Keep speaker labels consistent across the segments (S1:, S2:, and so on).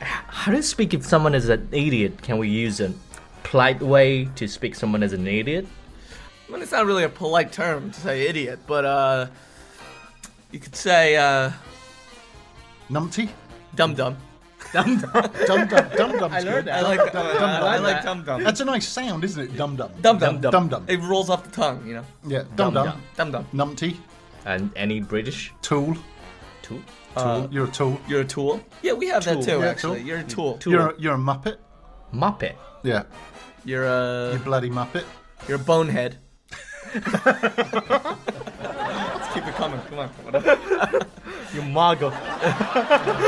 S1: how do you speak if someone is an idiot? Can we use a polite way to speak someone as an idiot?
S2: I mean, it's not really a polite term to say idiot, but uh, you could say uh,
S3: Numpty?
S2: dum dum.
S1: Dum dum.
S3: Dum dum dum dum.
S1: I learned that.
S2: I like I like dum dum.
S3: That's a nice sound, isn't it? Dum dum.
S2: Dum dum.
S3: Dum dum.
S2: It rolls off the tongue, you know.
S3: Yeah. Dum dum.
S1: dum.
S2: Dum dum.
S3: Numpty.
S1: And any British
S3: Tool.
S1: too?
S3: Tool. You're a tool.
S2: Uh, You're a tool. Yeah, we have
S1: Tool.
S2: that too.
S3: Yeah,
S2: actually,
S3: tool.
S2: you're a tool.
S1: Tool.
S3: You're a, you're a muppet.
S1: Muppet.
S3: Yeah.
S2: You're a
S3: You bloody muppet.
S2: you're a bonehead. Let's keep it coming. Come on, whatever.
S1: You muggle.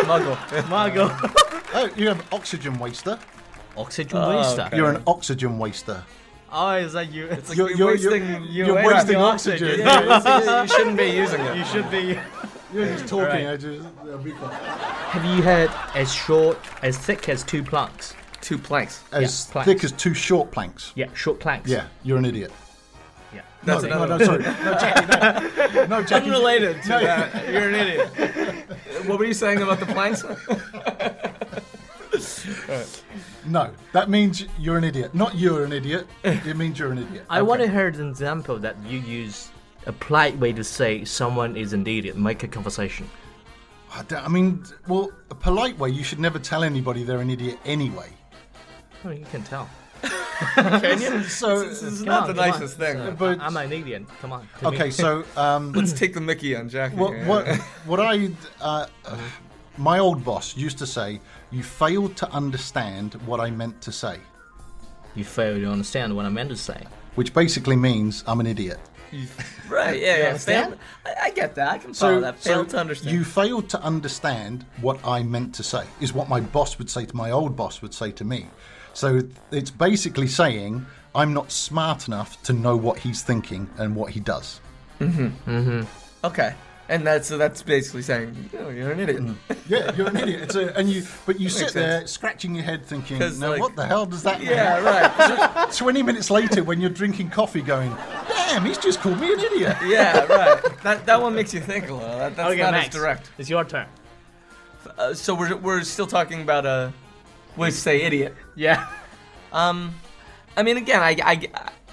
S2: Muggle.
S1: Muggle.
S3: Oh, you're an oxygen waster.
S1: Oxygen
S2: Oh,
S1: waster.
S2: okay.
S3: You're an oxygen waster.
S1: Oh, is that you?
S2: It's like
S3: You're-
S2: you're,
S3: you're-
S2: wasting.
S3: you're-
S2: your
S3: you're
S2: air.
S3: wasting
S2: Yeah,
S3: oxygen.
S2: yeah, you shouldn't be using
S1: you
S2: it.
S1: should be.
S3: You're just talking.
S2: Right.
S3: I just, that'll be fine.
S1: Have you had as short, as thick as two planks?
S2: Two planks.
S3: as
S1: Yeah, planks.
S3: thick as two short planks.
S1: Yeah, short planks.
S3: Yeah, you're an idiot.
S1: Yeah.
S2: That's
S3: no,
S2: another
S3: no,
S2: one.
S3: no, sorry. No, Jackie, no. No, Jackie.
S2: Unrelated to that. You're an idiot. what were you saying about the planks?
S3: No, that means you're an idiot. Not you're an idiot. It means you're an idiot.
S1: I want to hear an example that you use a polite way to say someone is an idiot. Make a conversation.
S3: I, don't- I mean, well, a polite way, you should never tell anybody they're an idiot anyway.
S1: Oh, you can tell.
S3: So,
S2: This is not the
S1: come
S2: nicest thing.
S1: So,
S3: But-
S1: I'm an idiot. Come on. to me.
S3: okay, so um,
S2: Let's take the Mickey on Jackie.
S3: what,
S2: Yeah.
S3: what, what I, uh, uh, my old boss used to say, you failed to understand what I meant to say,
S1: You fail to understand what I meant to say.
S3: which basically means I'm an idiot.
S2: Right? Yeah. yeah.
S1: understand?
S2: Fail- I, I get that. I can follow that. Fail to understand.
S3: You failed to understand what I meant to say, is what my boss would say to my old boss would say to me. So it's basically saying, I'm not smart enough to know what he's thinking and what he does.
S2: Okay. And that's so that's basically saying you know, you're an idiot.
S3: Yeah, you're an idiot. It's a, and you, but you sit
S2: Makes
S3: there
S2: sense.
S3: scratching your head thinking,
S2: 'Cause,
S3: now
S2: like-
S3: what the hell does that mean?
S2: yeah. Right.
S3: 20 minutes later, when you're drinking coffee, going, damn, he's just called me an idiot.
S2: Yeah. Right. That that one makes you think a little. That, that's
S1: okay,
S2: not
S1: Max,
S2: as direct.
S1: It's your turn.
S2: Uh, so we're we're still talking about uh, we say idiot.
S1: Yeah.
S2: Um, I mean, again, I, I,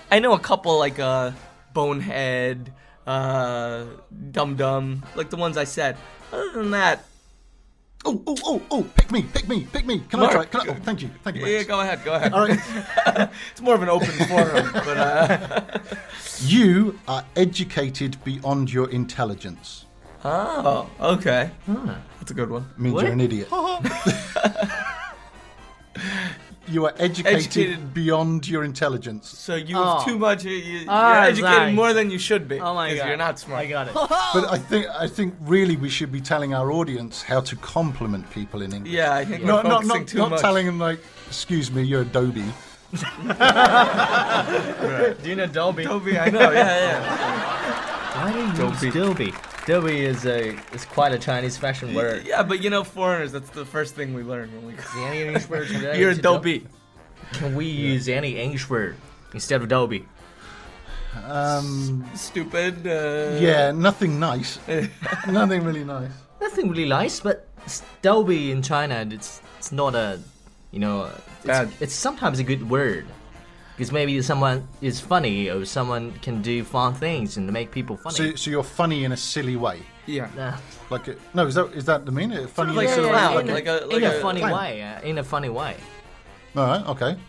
S2: I know a couple like uh, Bonehead, uh, Dum Dum, like the ones I said. Other than that,
S3: Oh, oh, oh, oh, pick me, pick me, pick me. Can
S2: Mark.
S3: I try? Can I? Oh, thank you. Thank you.
S2: yeah,
S3: Max.
S2: go ahead, go ahead.
S3: All right.
S2: It's more of an open forum, but uh,
S3: You are educated beyond your intelligence.
S2: oh, okay, that's a good one.
S3: Means
S1: What?
S3: you're an idiot. you are educated,
S2: Educated.
S3: beyond your intelligence.
S2: So you have
S1: Oh.
S2: too much. You, you,
S1: Ah,
S2: are educated
S1: Zach.
S2: more than you should be.
S1: Oh my
S2: 'cause
S1: god.
S2: you're not smart.
S1: I got it.
S3: But I think I think really we should be telling our audience how to compliment people in English.
S2: Yeah, I think
S3: No,
S2: we're
S3: not
S2: focusing
S3: not,
S2: too
S3: not
S2: much.
S3: telling them like, excuse me, you're Adobe.
S1: Do you know Dolby?
S2: Toby, I know. Yeah, yeah.
S1: Why do you use Dolby? Dolby is a is quite a Chinese fashion word.
S2: Yeah, but you know, foreigners. That's the first thing we learn when we.
S1: Is any English word today?
S2: You're
S1: to
S2: a dopey.
S1: Can we use any English word instead of Dolby?
S3: Um,
S2: stupid. Uh,
S3: yeah, nothing nice. nothing really nice.
S1: Nothing really nice, but s- Dolby in China, it's it's not a, you know,
S2: Bad.
S1: it's, it's sometimes a good word. Because maybe someone is funny or someone can do fun things and make people funny.
S3: So, so you're funny in a silly way.
S2: Yeah.
S1: Uh,
S3: Like, it, no, is that is that the meaning? Funny
S2: like
S3: in a
S2: a
S3: silly
S2: clown,
S3: way.
S1: in,
S2: like a-
S1: in
S2: like
S1: a
S2: a-
S1: funny
S3: Clown.
S1: way, uh, in a funny way.
S3: All right, okay.